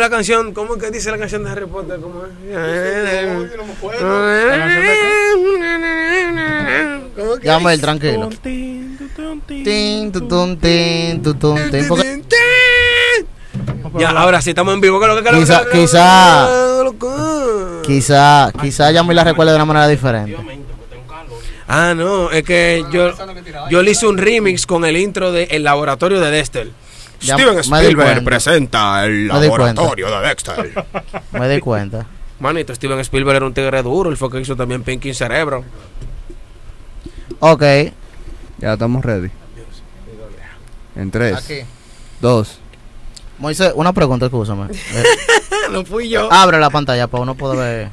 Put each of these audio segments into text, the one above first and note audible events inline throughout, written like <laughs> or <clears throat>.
La canción, ¿cómo que dice la canción de Harry Potter? ¿Cómo es? Oye, no me acuerdo. ¿Cómo que Llama dice? el tranquilo. Tin, tutun, tin, tutun, tin, porque- Ya, ahora sí, estamos en vivo. ¿Qué es lo que- qué es lo que- Quizá- qué es lo que- qué es quizá- lo que- Quizá, quizá Yamil la recuerde de una manera diferente. Ah, no, es que yo, yo le hice un remix con el intro de El Laboratorio de Dexter. Ya Steven me di Spielberg cuenta. presenta El Me di cuenta. Laboratorio de Dexter. Me di cuenta. Manito, este Steven Spielberg era un tigre duro, el fue que hizo también Pinky Cerebro. Ok. <laughs> Ya estamos ready. En 3, 2. Moisés, una pregunta, <laughs> escúchame. Eh, no fui yo. abre la pantalla para uno poder ver.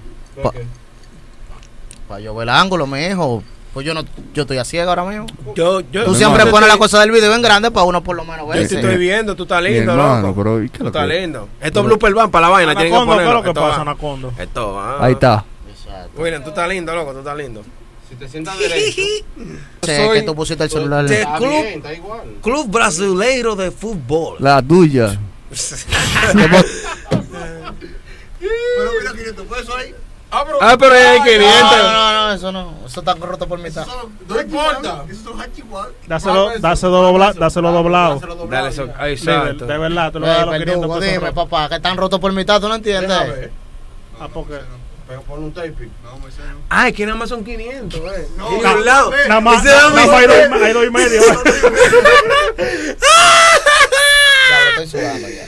Para yo ver el ángulo, mi hijo. Pues yo no, yo estoy a ciega ahora mismo. yo, yo Tú no, siempre no. pones la cosa del video en grande para uno por lo menos Yo ver. te Sí. ese. estoy viendo, tú estás Mi lindo, hermano, loco. pero ¿y qué es Tú lo estás que? lindo. Esto es blooper van para la vaina, tienen que Anacondo, ¿qué es ponerlo. lo que Esto pasa, va. Anacondo? Esto va. Ahí está. Exacto. William, tú estás lindo, loco, tú estás lindo. Si te sientas Che, que tú pusiste el celular. de club, club brasileiro de fútbol. La tuya. Que vos- Ah, pero es el 500. No, no, no, eso no. Eso está roto por mitad. Ah, Dáselo, pues, dáselo, dobla, dáselo doblado. Dale, eso. Ahí Sí, de, exacto. de verdad, te lo voy a Ey, dar los verdugo, 500 pesos pues, dime, rotos. papá, que están rotos por mitad, ¿tú no entiendes? Ah, <laughs> porque Ay, que nada más son 500, eh. No, un lado. Nada más, Ese era nada más mi- hay dos y me- hay dos <laughs> y medio. Ya, lo estoy sudando ya.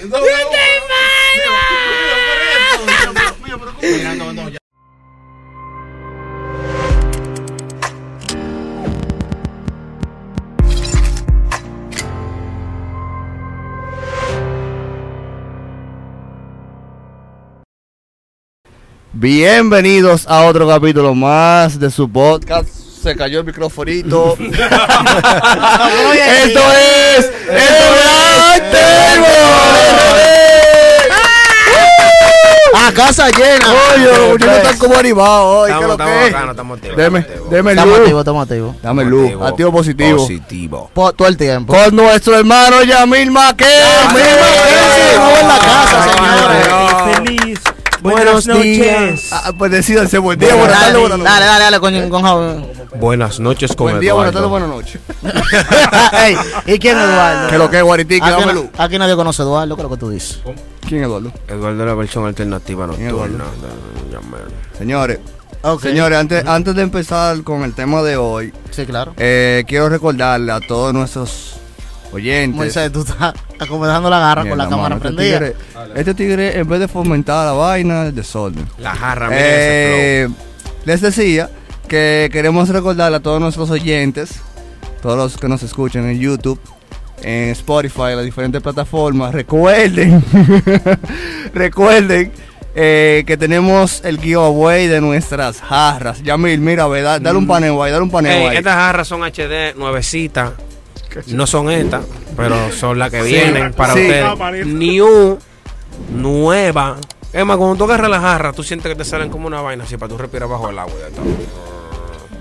Bienvenidos a otro capítulo más de su podcast. Se cayó el microfonito. Esto es el Ah, ¡A casa llena! Oye, los muchachos ¡Uh! están como animados hoy. ¿Qué es Estamos, lo estamos que es? acá, no estamos activos. Deme, estamos activos. deme Estamos activos, luz. estamos activos. Dame luz. Activo positivo. Positivo. Po- Todo el tiempo. Con nuestro hermano Yamil Maqué. Yamil Maqué. Estamos en la casa, señores. Ay, Feliz. Ah. Buenos días. Ah, pues decídanse, buen día, Dale, buenas tardes, dale, buenas dale, noches. dale, dale, coño, con <laughs> jabón. Buenas noches con Buen día, buenas tardes, Eduardo. buenas noches. Ey, ¿Y quién es Eduardo? Que lo Ah, que es, Guaritique, aquí, dame na- luz. aquí nadie conoce a Eduardo, que es lo que tú dices. ¿Quién es Eduardo? Eduardo la versión alternativa nocturna. Eduardo. de- llamar. Señores, Ok. señores, antes, antes de empezar con el tema de hoy, Sí, claro. eh, quiero recordarle a todos nuestros oyentes. Moisés, tú estás acomodando la garra con la Mierda, cámara mano, este prendida. tigre, este tigre, en vez de fomentar la vaina, el desorden. La jarra, mira ese Eh, les decía que queremos recordarle a todos nuestros oyentes, todos los que nos escuchan en YouTube, en Spotify, las diferentes plataformas, recuerden, <laughs> recuerden eh, que tenemos el giveaway de nuestras jarras. Yamil, mira, ve, da- Mm. dale un paneo ahí, dale un flow. paneo Ey, ahí. estas jarras son HD nuevecitas. No son estas, pero son las que Sí. vienen para Sí. Ah, No, ustedes. manito. New, nueva. Es más, cuando tú agarras las jarras, tú sientes que te salen como una vaina así para tú respirar bajo el agua. y de todo.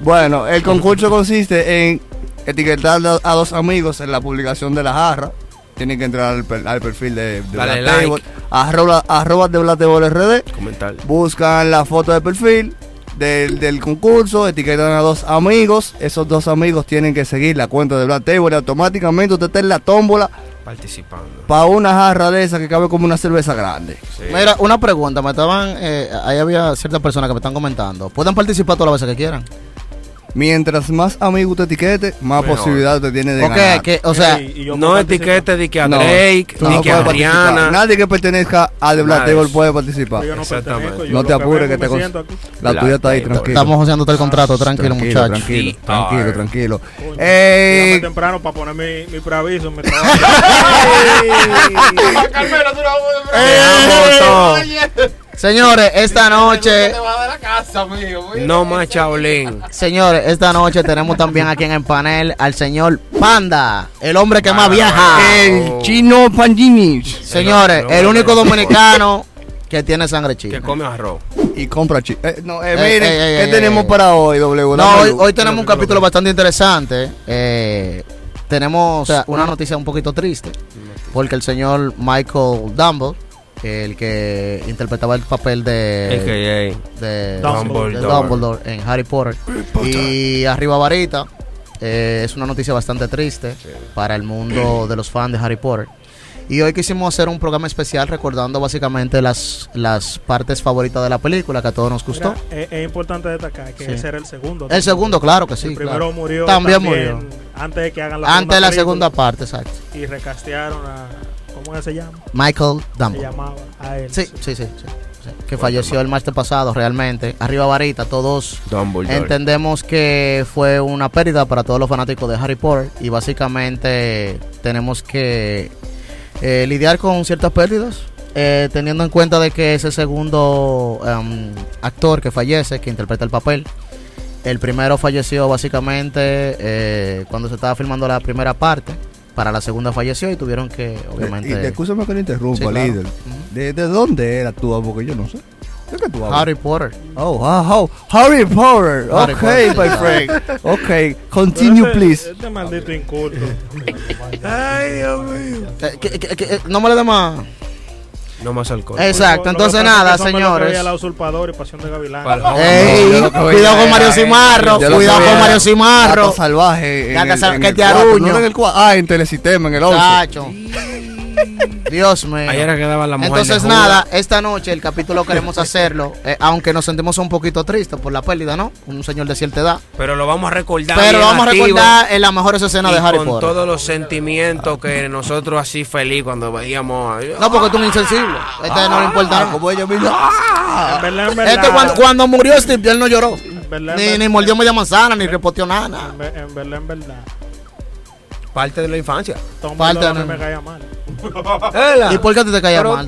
Bueno, el concurso consiste en etiquetar a a dos amigos en la publicación de la jarra. Tienen que entrar al, per- al perfil de, de Dale Black Table, like. arroba, arroba de Black Table RD. Comentar. buscan la foto de perfil del, del concurso, etiquetan a dos amigos, esos dos amigos tienen que seguir la cuenta de Black Table, automáticamente usted está en la tómbola Participando. para una jarra de esa que cabe como una cerveza grande. Sí. Mira, una pregunta, me estaban, eh, ahí había ciertas personas que me están comentando. Pueden participar todas las veces que quieran. Mientras más amigos usted etiquete, más Mejor. posibilidad usted tiene de Ok, ganar. que, o sea, Ey, y yo puedo No participar. etiquete de que a No, Drake, tú ni no que a puedes participar. Rihanna. Nadie que pertenezca a The Black Nada de Table eso. puede participar. Yo no Exactamente. pertenezco, yo No te lo que apures vengo que me te cons- siento aquí. La Black tuya está ahí, Table. tranquilo. estamos haciendo el contrato, tranquilo, Tranquilo, muchachos. Tranquilo, Sí. tranquilo, Ay. tranquilo. Coño, Eh, Llámame temprano para poner mi, mi preaviso en <laughs> mi trabajo. Te amo, Tom. Señores, esta noche, No más Chaolín. señores, esta noche tenemos también aquí en el panel al señor Panda, el hombre que más viaja. Eh, el chino Pangini. Señores, el único dominicano que tiene sangre Que china. come arroz. y compra chi- eh, no, eh, Eh, miren, eh, eh, ¿qué eh, tenemos eh. para hoy, No, W? Dame Eh, hoy, luz. hoy tenemos un capítulo bastante interesante. Eh, tenemos sea, una noticia un poquito triste porque el señor Michael Dumble el que interpretaba el papel Eh. de, AKA. de, Dumbledore. de Dumbledore en Harry Potter. Y arriba varita, eh, es una noticia bastante triste para el mundo de los fans de Harry Potter. Y hoy quisimos hacer un programa especial recordando básicamente las, las partes favoritas de la película que a todos nos gustó. Mira, es, es importante destacar que Sí. ese era el segundo. El segundo, claro que sí. el primero claro. murió. También murió. Antes de que hagan la Antes de la película, segunda parte, exacto. Y recastearon a. ¿Cómo que se llama? Michael Se Dumbledore. llamaba a él. Sí, sí, sí. sí, sí. Que falleció el martes pasado realmente. Arriba varita, todos Dumbledore. entendemos que fue una pérdida para todos los fanáticos de Harry Potter y básicamente tenemos que eh, lidiar con ciertas pérdidas. eh, teniendo en cuenta de que ese segundo em, actor que fallece, que interpreta el papel, el primero falleció básicamente eh, cuando se estaba filmando la primera parte, para la segunda falleció y tuvieron que, Eh, Y te obviamente, excusa que le interrumpa, Sí, claro. líder. ¿De, de dónde era tú? Porque yo no sé. ¿De qué tú hablas? Harry Potter. Oh, wow, Harry Potter. Harry okay, Potter. my friend. Okay, Pero continue, este- eh, please. Este maldito inculto. Ay, Dios mío. Eh, que- que- que- eh, no me le dé más. No más alcohol. Lo Exacto, que entonces pasa es que nada, ese hombre lo que señores. veía la usurpadora y pasión de Gavilán. Para- Ey, Ah, yo lo que veía cuidado con era Mario gente, eh, Cimarro, yo lo que cuidado veía con Mario era Cimarro. Gato salvaje. en Gato el- sal- en que el te cuatro, aruño. No en el cua- ah, en Telesistema, en el 11. Chacho. <laughs> Dios mío. Ayer quedaba la mujer. Entonces de Judas. nada, esta noche el capítulo queremos hacerlo, eh, aunque nos sentimos un poquito tristes por la pérdida, ¿no? Un señor de cierta edad. Pero lo vamos a recordar. Pero bien lo vamos a activo recordar eh, en las mejores escenas y de Harry con Potter. todos los sentimientos que nosotros así feliz cuando veíamos. No, porque tú eres insensible. Este no le importa. Ah, nada. como ella misma. Ah. En verdad, en verdad. Este cuando, cuando murió Steve, él no lloró. en verdad, en Ni, verdad, ni mordió media manzana, ni repoteó nada. en ver- En verdad, en verdad. Parte de la infancia. Tom Falta, Baldor a mí no. me caía mal. ¿Y Ah. ¿Y por qué a ti te caía Ah. pero mal?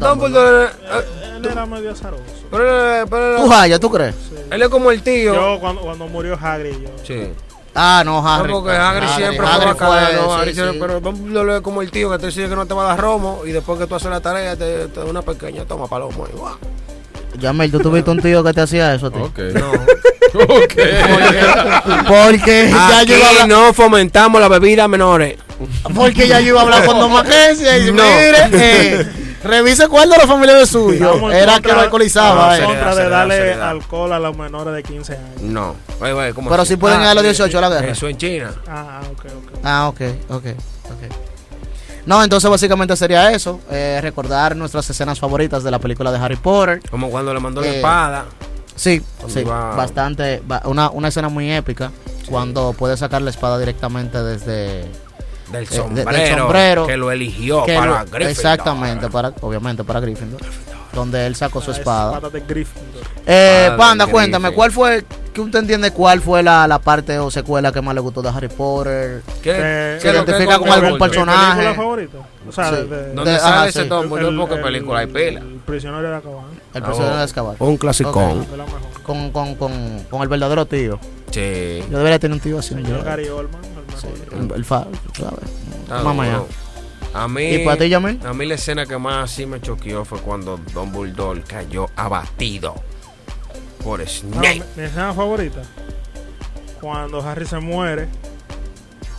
Dumbledore, Dumbledore? eh, Él era medio azaroso. pero- eh, pero- Tú, Jaya, ¿tú crees? él es como el tío. Yo, cuando, cuando murió Hagrid, yo. sí. Ah, no, No, Harry. porque Hagrid siempre Hagrid fue bacano, fue- Hagrid sí, siempre- sí. pero Dumbledore es como el tío que te dice que no te va a dar romo y después que tú haces la tarea te, te da una pequeña toma palomo. y ¡guau! Yamel, tú tuviste un tío que te hacía eso, <laughs> tío. Ok. No. Ok. Porque <laughs> ya yo Ah, Aquí iba a hablar, no fomentamos la bebida menores. porque ya yo iba a hablar <laughs> con Don Mackenzie y dice, No. mire, eh, revise cuál de los familiares suyos Estamos en era contra- que lo alcoholizaba. eh. estamos en contra de Seriedad, darle seriedad. alcohol a los menores de 15 años. No. Oye, oye, ¿cómo Pero así? Ah. si pueden ir a los 18 a la guerra. Eso en China. Ah, ok, ok. Ah, ok, ok, ok. No, entonces básicamente sería eso, eh, recordar nuestras escenas favoritas de la película de Harry Potter. Como cuando le mandó Eh, la espada. Sí, Cuando sí, iba- bastante, ba- una, una escena muy épica, cuando puede sacar la espada directamente desde, Del eh, de- del sombrero, sombrero. que lo eligió que Oh, para lo- Gryffindor. exactamente, para, obviamente para Gryffindor, donde él sacó su Ah, es espada. Espada de Gryffindor. Eh, Ah, Panda, increíble. cuéntame, ¿cuál fue, que usted entiende cuál fue la, la parte o secuela que más le gustó de Harry Potter? ¿Qué- Eh, qué se es lo que identifica es con Harry algún Potter? personaje. ¿Mi película favorita? O sea, Sí. de, de- ¿Dónde De- sale ajá, ese sí. tomo? Yo porque película hay pela. El prisionero de Azkaban. El Ah, personaje oh. de Azkaban. Un clasicón. De la mejor. Con, con, con, con el verdadero tío. Sí. Yo debería tener un tío así. ¿no? Señor Gary Oldman, el mejor. Sí, el, el fa- ¿sabes? Está Mamá ya. duro. A mí, ¿Y para ti, Yamil? a mí la escena que más así me choqueó fue cuando Don Bulldog cayó abatido por No, Snape. Ah, mi, mi escena favorita. Cuando Harry se muere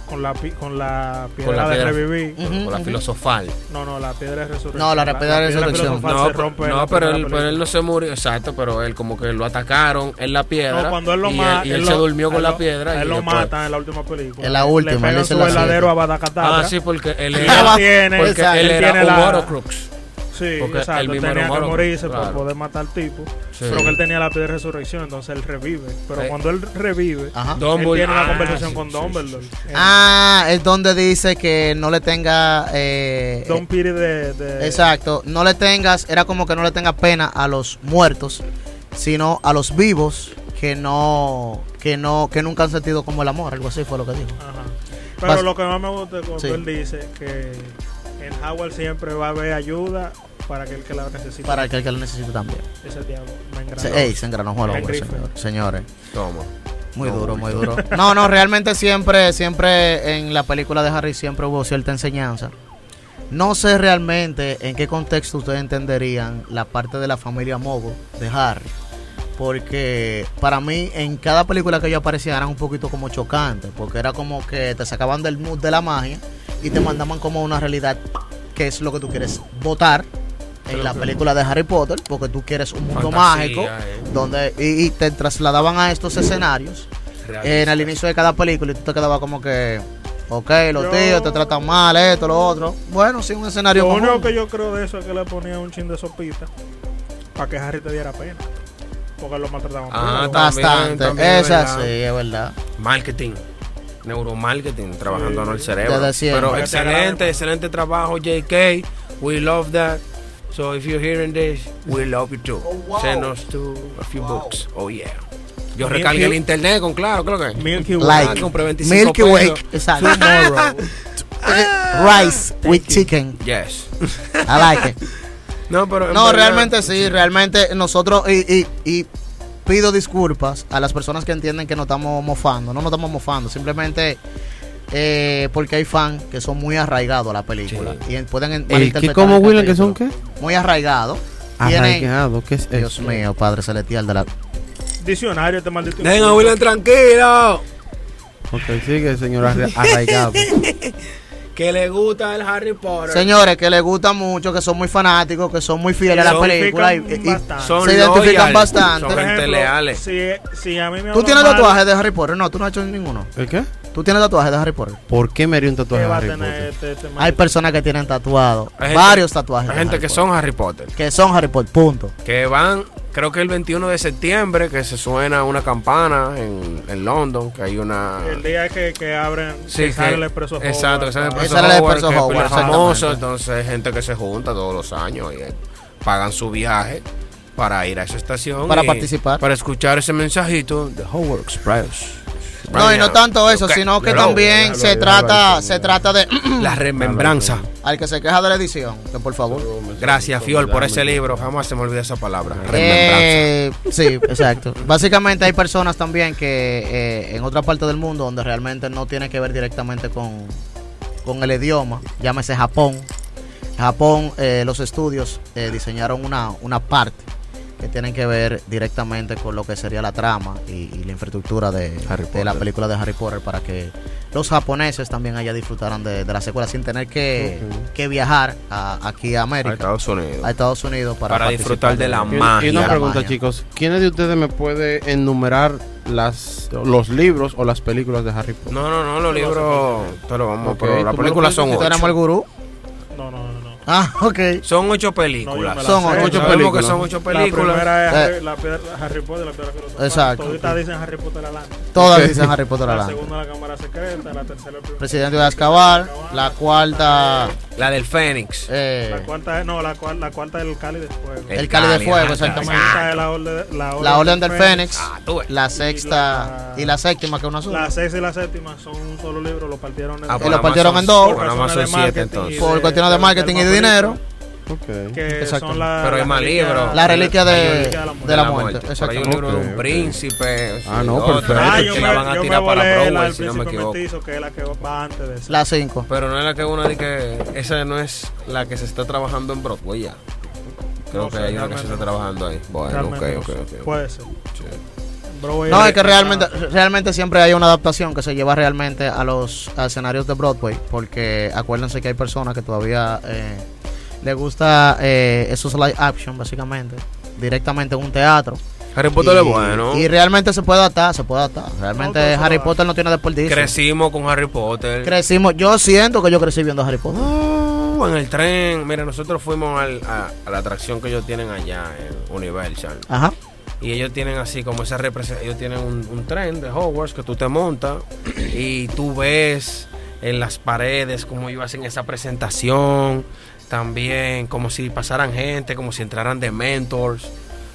con la, pi- con la piedra de revivir. por- por la Ujú, filosofal. No, no, la piedra de resurrección. No, la piedra de piedra resurrección. filosofal No, se rompe pe- en no, la pero, él, primera pero película. él no se murió, exacto, pero él como que lo atacaron en la piedra. No, cuando él lo y mata. él, y él se lo- durmió con él la lo- piedra. y Él lo después- mata en la última película. En la última, Le él pegan dice su la siete. verdadero a Badacatata. Ah, sí, porque él Él era, tiene- porque exacto, él él era un tiene la- Horocrux. Sí, Porque él exacto. mismo Tenía era que humano, morirse para claro. poder matar al tipo. Sí. Pero que él tenía la piedra de resurrección, entonces él revive. Pero Sí. cuando él revive, Ajá. él Dumbledore- tiene una ah, conversación sí, con sí, Dumbledore. Eh, Ah, es donde dice que no le tenga. eh, Don Piri de, de- Exacto, no le tengas, era como que no le tengas pena a los muertos, sino a los vivos que no, que no, que nunca han sentido como el amor, algo así fue lo que dijo. Ajá. Pero Vas- lo que más me gusta es cuando Sí. él dice que en Howard siempre va a haber ayuda para aquel que la necesita. Para aquel que lo necesite también. Ese diablo me engranó. Se, ey, se engranó el hombre, Henry señor- señores. Toma. Muy duro, muy duro. No, no, realmente siempre, siempre en la película de Harry siempre hubo cierta enseñanza. No sé realmente en qué contexto ustedes entenderían la parte de la familia Mogo de Harry. Porque para mí en cada película que yo aparecía era un poquito como chocante. Porque era como que te sacaban del mood de la magia y te mandaban como a una realidad que es lo que tú quieres votar en la película de Harry Potter, porque tú quieres un mundo Fantasía, mágico, eh. donde y, y te trasladaban a estos escenarios en el inicio de cada película y tú te quedabas como que, ok, los Yo- tíos te tratan mal, esto, lo otro. Bueno, sí, un escenario Lo único común. que yo creo de eso es que le ponía un chin de sopita para que Harry te diera pena. Porque lo maltrataban. Ah, primero. Bastante, También, también, esa ¿verdad? Ah, sí, es verdad. Marketing. Neuromarketing, trabajando Sí. en el cerebro. Desde siempre. Pero Para que te excelente, agrade. excelente trabajo, JK. We love that. So if you're hearing this, we love you too. Oh, wow. Send us to a few Wow. books. Oh yeah. Yo Milky- recargué el internet con claro, creo que. Milky Way. Ah, Like, compré 25 <laughs> Milky pesos. Way, exacto. tomorrow. Rice with chicken. Yes. I like it. <laughs> No, pero en No, verdad- realmente sí, realmente nosotros y, y- y pido disculpas a las personas que entienden que no estamos mofando, no nos estamos mofando, simplemente eh, porque hay fans que son muy arraigados a la película y en- pueden en- El malinterpretar que como el William, que son qué? este. capítulo. muy arraigados. tienen- Arraigado, ¿qué es eso? Dios mío, Padre Celestial de la Diccionario este maldito. Dejen a William tranquilo. Ok, sigue, señor arra- arraigado. Que le gusta el Harry Potter. Señores que les gusta mucho, que son muy fanáticos, que son muy fieles a la Son- película y- Identifican y- y- bastante. Son se identifican loyal. bastante. Son Por gente ejemplo, leales. Si, si a mí me ¿Tú hablan tienes mal, tatuajes de Harry Potter? No, tú no has hecho ninguno. ¿El qué? ¿Tú tienes tatuajes de Harry Potter? ¿Por qué me haría un tatuaje ¿qué de va a Harry tener Potter? este- este Hay maldito? personas que tienen tatuado, Hay gente- varios tatuajes. Hay de gente Harry que Potter. son Harry Potter. que son Harry Potter, punto. Que van, creo que el 21 de septiembre, que se suena una campana en, en London, que hay una... El día que, que abren, Sí, que sale que- el expreso. Exacto, que sale el Hogwarts, expreso Esa era el Hogwarts, expreso que es Hogwarts, pila famoso, exactamente. entonces hay gente que se junta todos los años y eh, pagan su viaje para ir a esa estación. Para y- participar. Para escuchar ese mensajito de Hogwarts Express. No, y no tanto eso, sino que Hello. también se trata se trata de <clears throat> La remembranza. al que se queja de la edición, que por favor. Gracias, Fiol, por ese libro. Jamás se me olvida esa palabra. Remembranza. Eh, sí, exacto. Básicamente hay personas también que eh, en otra parte del mundo donde realmente no tiene que ver directamente con, con el idioma, llámese Japón. Japón, eh, los estudios eh, diseñaron una, una parte que tienen que ver directamente con lo que sería la trama y, y la infraestructura de, Harry de la Potter. película de Harry Potter para que los japoneses también allá disfrutaran de, de la secuela sin tener que, que viajar a- aquí a A América, Estados Unidos. a Estados Unidos para, Para disfrutar participar de la Y- Magia. Y una pregunta, Magia. chicos. ¿Quiénes de ustedes me puede enumerar las los libros o las películas de Harry Potter? No, no, no, los libros. Pero vamos, Ok, pero las tú me lo películas son puedes ocho. decir, ¿Tenemos el gurú? <laughs> No, no, no. no. Ah, ok. Son ocho No, yo películas. me la Son sé. ocho Sabemos películas. que son ocho La películas. primera es Eh. Harry, la piedra- Harry Potter, la piedra filosofal. Exacto. Toditas dicen Harry Potter adelante. Todas Ok. dicen Harry Potter La, adelante. segunda, la cámara secreta. La tercera, el primer- Presidente de Azkaban. La cuarta. La del Fénix. La Eh, cuarta es, no, la, cual- la cuarta es el Cali de Fuego. el Cali de Fuego, ajá, La exactamente. exacto. quinta es la Orden, la orden, la Orden del Fénix. Ah, tú ves. La sexta. Y la séptima, que es una sola. La sexta y la séptima son un solo libro, lo partieron en Ah, Y pues lo nada más partieron son- en dos. pues nada más son razones de siete marketing y entonces. Por cuestiones de marketing y de dinero. Ok. Que Exacto. son la, Pero hay más reliquia- libros. La reliquia de- Por de la muerte, Por ahí un exactamente. libro de un Ok, ok. príncipe. Ah, no, otro, perfecto. Ah, que yo me, la van a yo me tirar volé para la Broadway, del si no me Príncipe equivoco. Mestizo, que es la que va antes de esa. La cinco. Pero no es la que una de que. Esa no es la que se está trabajando en Broadway ya. Creo No que sé, hay una que se está realmente no sé. trabajando ahí. Bueno, ok, Realmente ok, no sé. Pues, ok. Puede ser. Sí. Broadway No, es que realmente, realmente siempre hay una adaptación que se lleva realmente a los a escenarios de Broadway, porque acuérdense que hay personas que todavía eh, les gusta eh, esos live action, básicamente, directamente en un teatro. Harry Potter es bueno. y realmente se puede adaptar, se puede adaptar. Realmente No, todo Harry se va. Potter no tiene desperdicio. Crecimos con Harry Potter. Crecimos, yo siento que yo crecí viendo Harry Potter. Uh, en el tren, mira, nosotros fuimos al- a, a la atracción que ellos tienen allá en Universal. Ajá. Y ellos tienen así como esa representación. Ellos tienen un, un tren de Hogwarts que tú te montas y tú ves en las paredes cómo ellos hacen esa presentación. También como si pasaran gente, como si entraran de mentors.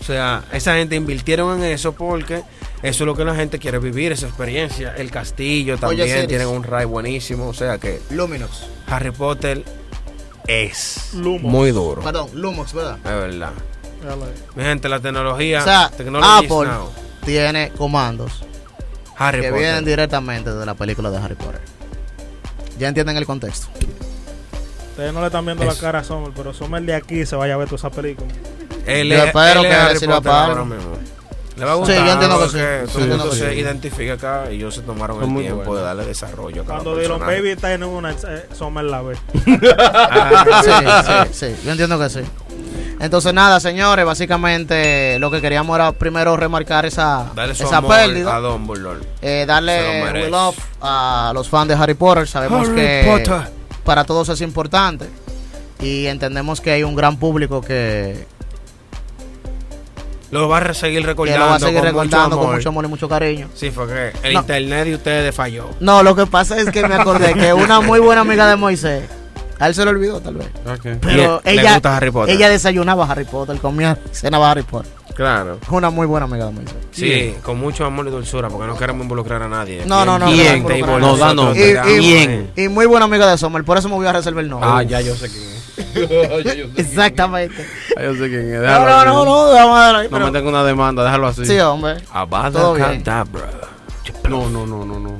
O sea, esa gente invirtieron en eso porque eso es lo que la gente quiere vivir, esa experiencia. El castillo también Series. tienen un ride buenísimo. O sea que Luminous. Harry Potter es Lumos. muy duro. Es Perdón, Lumos, ¿verdad? verdad. Realmente. Mi gente, la tecnología. O sea, technology is Apple now. tiene comandos Harry que Potter. vienen directamente de la película de Harry Potter. Ya entienden el <laughs> contexto. Ustedes no le están viendo la Eso. cara a Sommer, pero Sommer de aquí se vaya a ver toda esa película. Ah, Él Yo es- espero él es que Harry le sirva Potter para ahora algo. mismo. Le va a gustar. Sí, yo entiendo que porque sí. todo Sí, el mundo yo entiendo que se sí. identifica acá y ellos se tomaron Son el muy tiempo buenos. de darle desarrollo a cada Cuando Dylan personaje. Baby está en <laughs> una, eh, Sommer la ve. Ah, Sí, sí, sí, yo entiendo que sí. Entonces, nada, señores, básicamente lo que queríamos era primero remarcar esa, Dale su esa amor pérdida. a Dumbledore. Se Eh, lo darle merece. we love a los fans de Harry Potter. Sabemos que para todos es importante. Y entendemos que hay un gran público que, Lo va a seguir que recordando. lo va a seguir con mucho recordando con amor. mucho amor y mucho cariño. Sí, porque el No. internet de ustedes falló. No, lo que pasa es que me acordé que una muy buena amiga de Moisés, a él se lo olvidó tal vez. Ok. Pero Le- le ella, gusta Harry Potter. ella desayunaba Harry Potter, comía, cenaba Harry Potter. Claro. Es una muy buena amiga de Moisés. Sí, con mucho amor y dulzura, porque no queremos involucrar a nadie. No, no, no, Bien, no, te no, no, involucras. no, no, no. Nosotros te Y- damos, y- eh. Y muy buena amiga de Sommer, por eso me voy a reservar el nombre. Ah, ya yo sé quién es. Exactamente. Ah, Ya yo sé quién es. No, déjalo no, así. no, no, vamos a dar ahí, No pero- me tengo una demanda, déjalo así. Sí, hombre. Todo bien. Cadabra. No, no, no, no, no. no.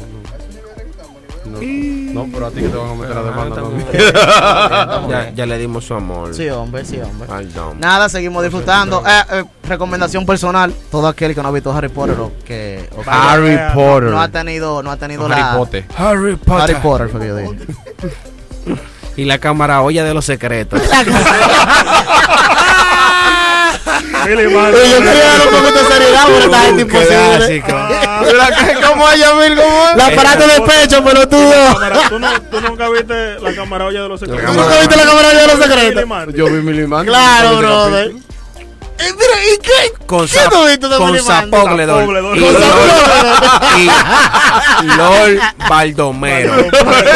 No, no, pero a ti que te van a meter la Ah, demanda está también. bien. <laughs> Estamos Ya, bien. ya le dimos su amor. Sí, hombre, sí, hombre. Al Dumbledore. Nada, Ah, seguimos disfrutando. Eh, eh, recomendación personal, todo aquel que no ha visto Harry Potter o que, o que Harry No, Potter. no ha tenido, no ha tenido No, la Harry Potter. Harry Harry Potter fue que <laughs> yo dije. Y la cámara olla de los secretos. Billy Madison. Un <laughs> clásico. Ah, ¿Cómo es, Yamil? ¿Cómo es? La aparato de pecho, pelotudo. cámara, ¿tú, no, tú nunca viste la cámara olla de los secretos. cámara- ¿Tú nunca viste la cámara olla de los secretos? Billy Madison. Yo vi Miliman. Claro, brother. Eh, mira, ¿y qué? Con, ¿Qué zap- tú viste de con Billy Mandy? Zapogledor. Zapogledor. Y Con Lord- y Lord Baldomero. <laughs>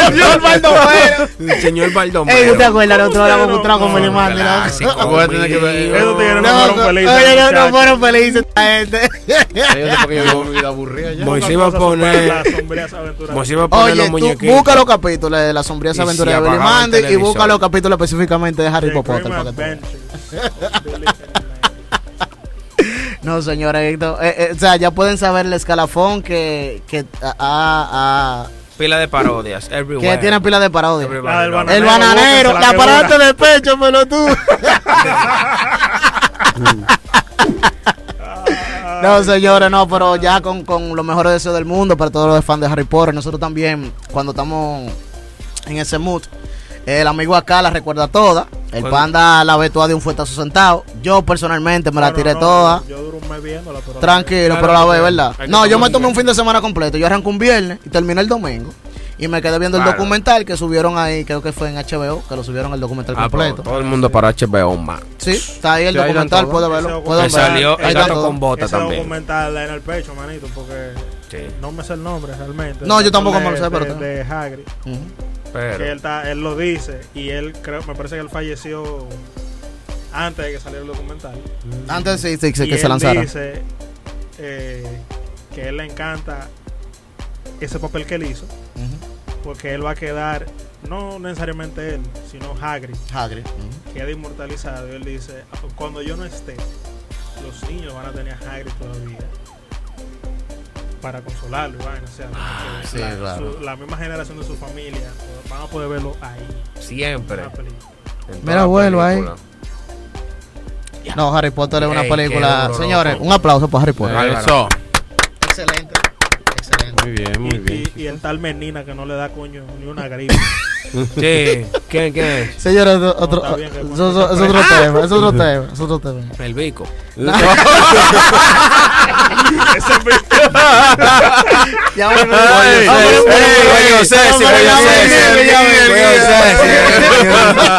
Señor Baldomero. El señor Baldomero. Ey, ¿tú te acuerdas? El otro ¿Cómo día me ustedes encontramos no- con Billy Mandy. ¿no? Clásico, Voy a tener que ver. mío. Esos tigres No, oye, no, no fueron fueron felices, muchachos. felices esta gente. Yo sé porque yo vivo mi vida aburrida ya. Moisés iba a poner. Las sombrías aventuras. Moisés iba a poner Oye, los tú muñequitos. busca los capítulos de las sombrías Y si aventuras de Billy apagaba el Mandy y televisor. busca los capítulos específicamente de Harry The Potter. Grim para que tú veas. Adventures of Billy and No, señores, no, eh, eh, o sea, ya pueden saber el escalafón que, que, ah, ah, Pila de parodias. que Everywhere. tiene pila de parodia. Everybody La del loves banana. El Bananero, bananero, bótensela, la que parante de pecho, <laughs> pelotudo. No, señores, no, pero ya con, con los mejores deseos del mundo para todos los fans de Harry Potter. Nosotros también, cuando estamos en ese mood, el amigo acá la recuerda toda. El Bueno. panda la ve toda de un fuetazo sentado. Yo personalmente me la Bueno, tiré no, toda. Yo duré un mes viéndola, pero. Tranquilo, Claro, pero la ve, porque ¿verdad? hay que No, yo me tomar tomé un un fin de semana completo. Yo arranqué un viernes y terminé el domingo. Y me quedé viendo el Claro. documental que subieron ahí, creo que fue en HBO, que lo subieron el documental Ah, pero completo. todo el mundo para HBO Max. Sí, está ahí el Sí, ahí documental, están puede todos. verlo. Ese puede Me documental- verlo. salió Ahí el está gato todo. con bota Ese también. documental en el pecho, manito, porque Sí, no me sé el nombre realmente. No, yo tampoco de- me lo sé, de- pero- De Hagrid. Ujú. Que él, pero. está- él lo dice y él, creo, me parece que él falleció antes de que saliera el documental. Antes sí, sí, sí, Y que se él lanzara. Dice eh, que a él le encanta ese papel que él hizo, Ujú. porque él va a quedar, no necesariamente él, sino Hagrid, Hagrid. Ujú. queda inmortalizado. Y él dice: Cuando yo no esté, los niños van a tener a Hagrid todavía para consolarlo. y vaina, o sea, como que Ah, sí, la, claro. su- la misma generación de su familia van a poder verlo ahí. en Siempre. la película. en Mira, toda vuelvo ahí. película. No, Harry Potter es una Ey, qué película. duro, Señores, loco. un aplauso para Harry Potter. Eso. Excelente. Excelente. Muy bien, muy Y, bien. y- y el tal Menina que no le da coño ni una gripe. <laughs> Sí, ¿quién, quién es? Señores, otro, está bien, que es bueno, otro- que es otro tema, es otro tema, es otro tema. El bico. Ya Ey, Vamos, ey, ey, ey, ey, José, vamos, sí, vamos, voy a vamos, hacer, vamos, sí, vamos, voy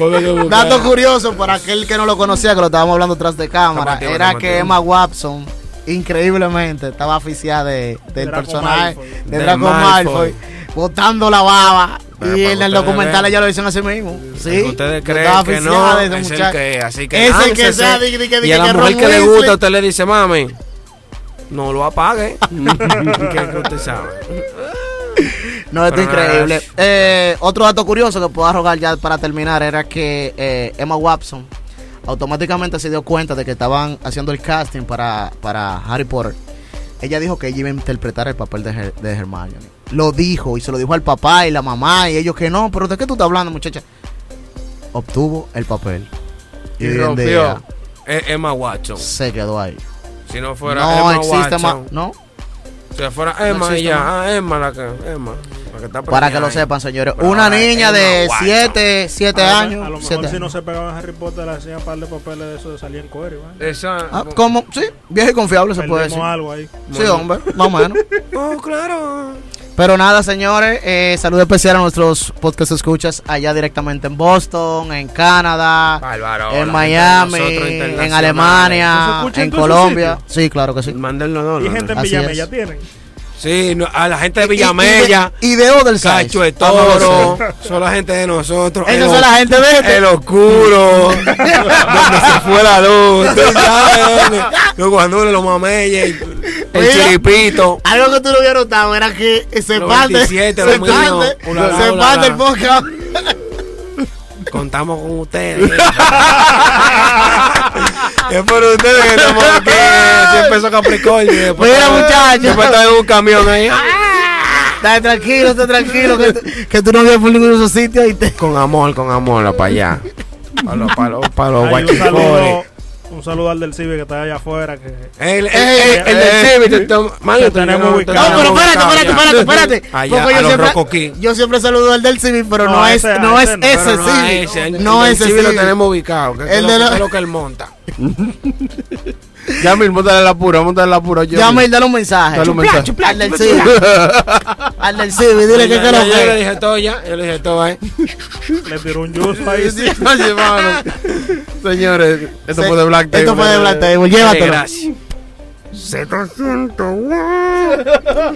a vamos, hacer, sí. Dato curioso para aquel que no lo conocía, que lo estábamos hablando tras de cámara, Zapateo, era zapateo. que Emma Watson, increíblemente, estaba aficiada de, del Draco personaje Malfoy. de Del Draco Malfoy, Malfoy. botando la baba. Pero y para en el ustedes documental vean. ella lo dicen así mismo. Sí, Que ustedes yo creen estaba que aficiada no, de ese es el muchacho. que es. Así que Es el que lánzese. sea, di- di- di- Y a que la Ron mujer que le Weasley. gusta, usted le dice, mami, no lo <laughs> apague. <laughs> que que usted sabe. No, esto es Pero nada, increíble. es- Eh, otro dato curioso que puedo arrogar ya para terminar era que eh, Emma Watson automáticamente se dio cuenta de que estaban haciendo el casting para, para Harry Potter. Ella dijo que ella iba a interpretar el papel de, Her- de Hermione. Lo dijo y se lo dijo al papá y la mamá y ellos que no, pero ¿de qué tú estás hablando, muchacha? Obtuvo el papel. Y hoy en rompió. día Es Emma Watson. Se quedó ahí. Si no fuera No Emma existe más. Watson. No, Si fuera Emma existe y ya. más. Ah, Emma la que. Emma. que está Para preñada que lo ahí. sepan, señores. Pero una ahora niña es de una guacha. 7 siete a, años. Ah, A lo mejor siete si no años. se pegaban Harry Potter, le hacían un par de papeles de eso de salir en cuero. igual. Esa- Ah, ¿Cómo? Sí, viejo y confiable se puede Perdimos decir. algo ahí. Sí, hombre, más o <laughs> menos. Oh, claro. Pero nada, señores, eh, saludo especial a nuestros podcast escuchas allá directamente en Boston, en Canadá, Bárbaro. la en gente de Miami, nosotros en internacionales. ¿Nos Alemania, escuchan en en todos esos Colombia. Sí, claro que sí. Mándenlo, no, Y no, no. gente en así Villamella es. ya tienen. Sí, no, a la gente de Villamella, Y de, y de Oderside. Cacho de Toro, son la gente de nosotros. Esa el es la gente de este. El oscuro, <laughs> donde se fue la luz, tú sabes dónde, los guandules, los mameyes, el Mira. chiripito. Algo que tú no habías notado era que se Los parte. 27, se los míos, parte, ulala, se ulala. parte el podcast. Contamos con <laughs> ustedes. es por ustedes que estamos aquí. 100 pesos Capricornio. y después- Mira, Ah. muchachos. Después está en un camión ahí. Está tranquilo, está tranquilo. Que, tú- que tú no vienes por ninguno de esos sitios y te. Con amor, con amor, para allá. Para los, para los, para los Ay, un, saludo, guachicones. un saludo al del Cibe que está allá afuera. Que, El, el, el, el del Civic, te- te- mano, te- Te tenemos te- ubicado. No, te- Estamos pero espérate, ubicado espérate, ya. espérate, espérate. Allá, Porque a yo los siempre, rocoquí. yo siempre saludo al del civil, pero no, No, es, ese- no es ese no, ese Pero no a civil. ese, el- No el es ese Civic lo civil. tenemos ubicado. Que es El lo, de que la- es lo que él monta. Yamil, montale la pura, montale la pura. Yamil. Llama y dale un mensaje. Dale un mensaje. Al del civil. Al del civil, dile que Yo- que lo yo- Yo le ve. dije todo ya. Yo le dije todo ahí. le tiró un juice ahí. Sí, <laughs> oye, mano. Señores, esto fue de Black Table. Esto fue de Black Table, llévatelo. Gracias.